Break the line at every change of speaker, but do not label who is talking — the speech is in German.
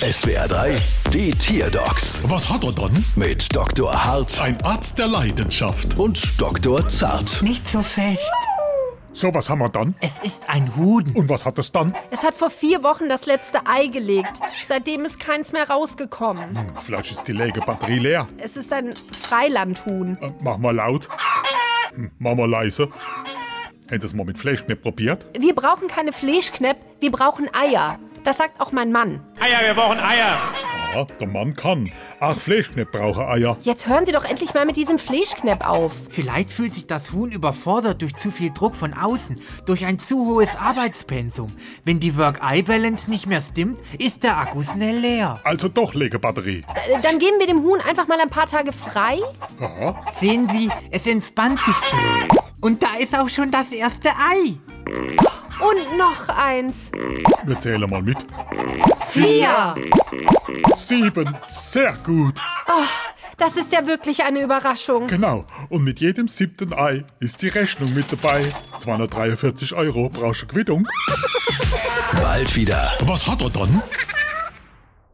SWR 3, die Tierdocs
Was hat er dann?
mit Dr. Hart
Ein Arzt der Leidenschaft.
und Dr. Zart.
Nicht so fest.
So, was haben wir dann?
Es ist ein Huhn.
Und was hat es dann?
Es hat vor vier Wochen das letzte Ei gelegt. Seitdem ist keins mehr rausgekommen.
Vielleicht ist die Legebatterie leer.
Es ist ein Freilandhuhn.
Äh, Mach mal laut. Hm, Mach mal leise. Hätten Sie es mal mit Fleischknepp probiert?
Wir brauchen keine Fleischknepp, wir brauchen Eier. Das sagt auch mein Mann.
Eier, wir brauchen Eier.
Ja, der Mann kann. Ach, Fleischknepp brauche Eier.
Jetzt hören Sie doch endlich mal mit diesem Fleischknepp auf.
Vielleicht fühlt sich das Huhn überfordert durch zu viel Druck von außen, durch ein zu hohes Arbeitspensum. Wenn die Work-Eye-Balance nicht mehr stimmt, ist der Akku schnell leer.
Also doch Legebatterie.
Äh, Dann geben wir dem Huhn einfach mal ein paar Tage frei.
Ja,
Sehen Sie, es entspannt sich so. Und da ist auch schon das erste Ei.
Und noch eins.
wir zählen mal mit.
Vier.
Sieben. Sehr gut.
Das ist ja wirklich eine Überraschung.
Genau. Und mit jedem siebten Ei ist die Rechnung mit dabei. 243 Euro. Brauchst du Quittung?
Bald wieder.
Was hat er dann?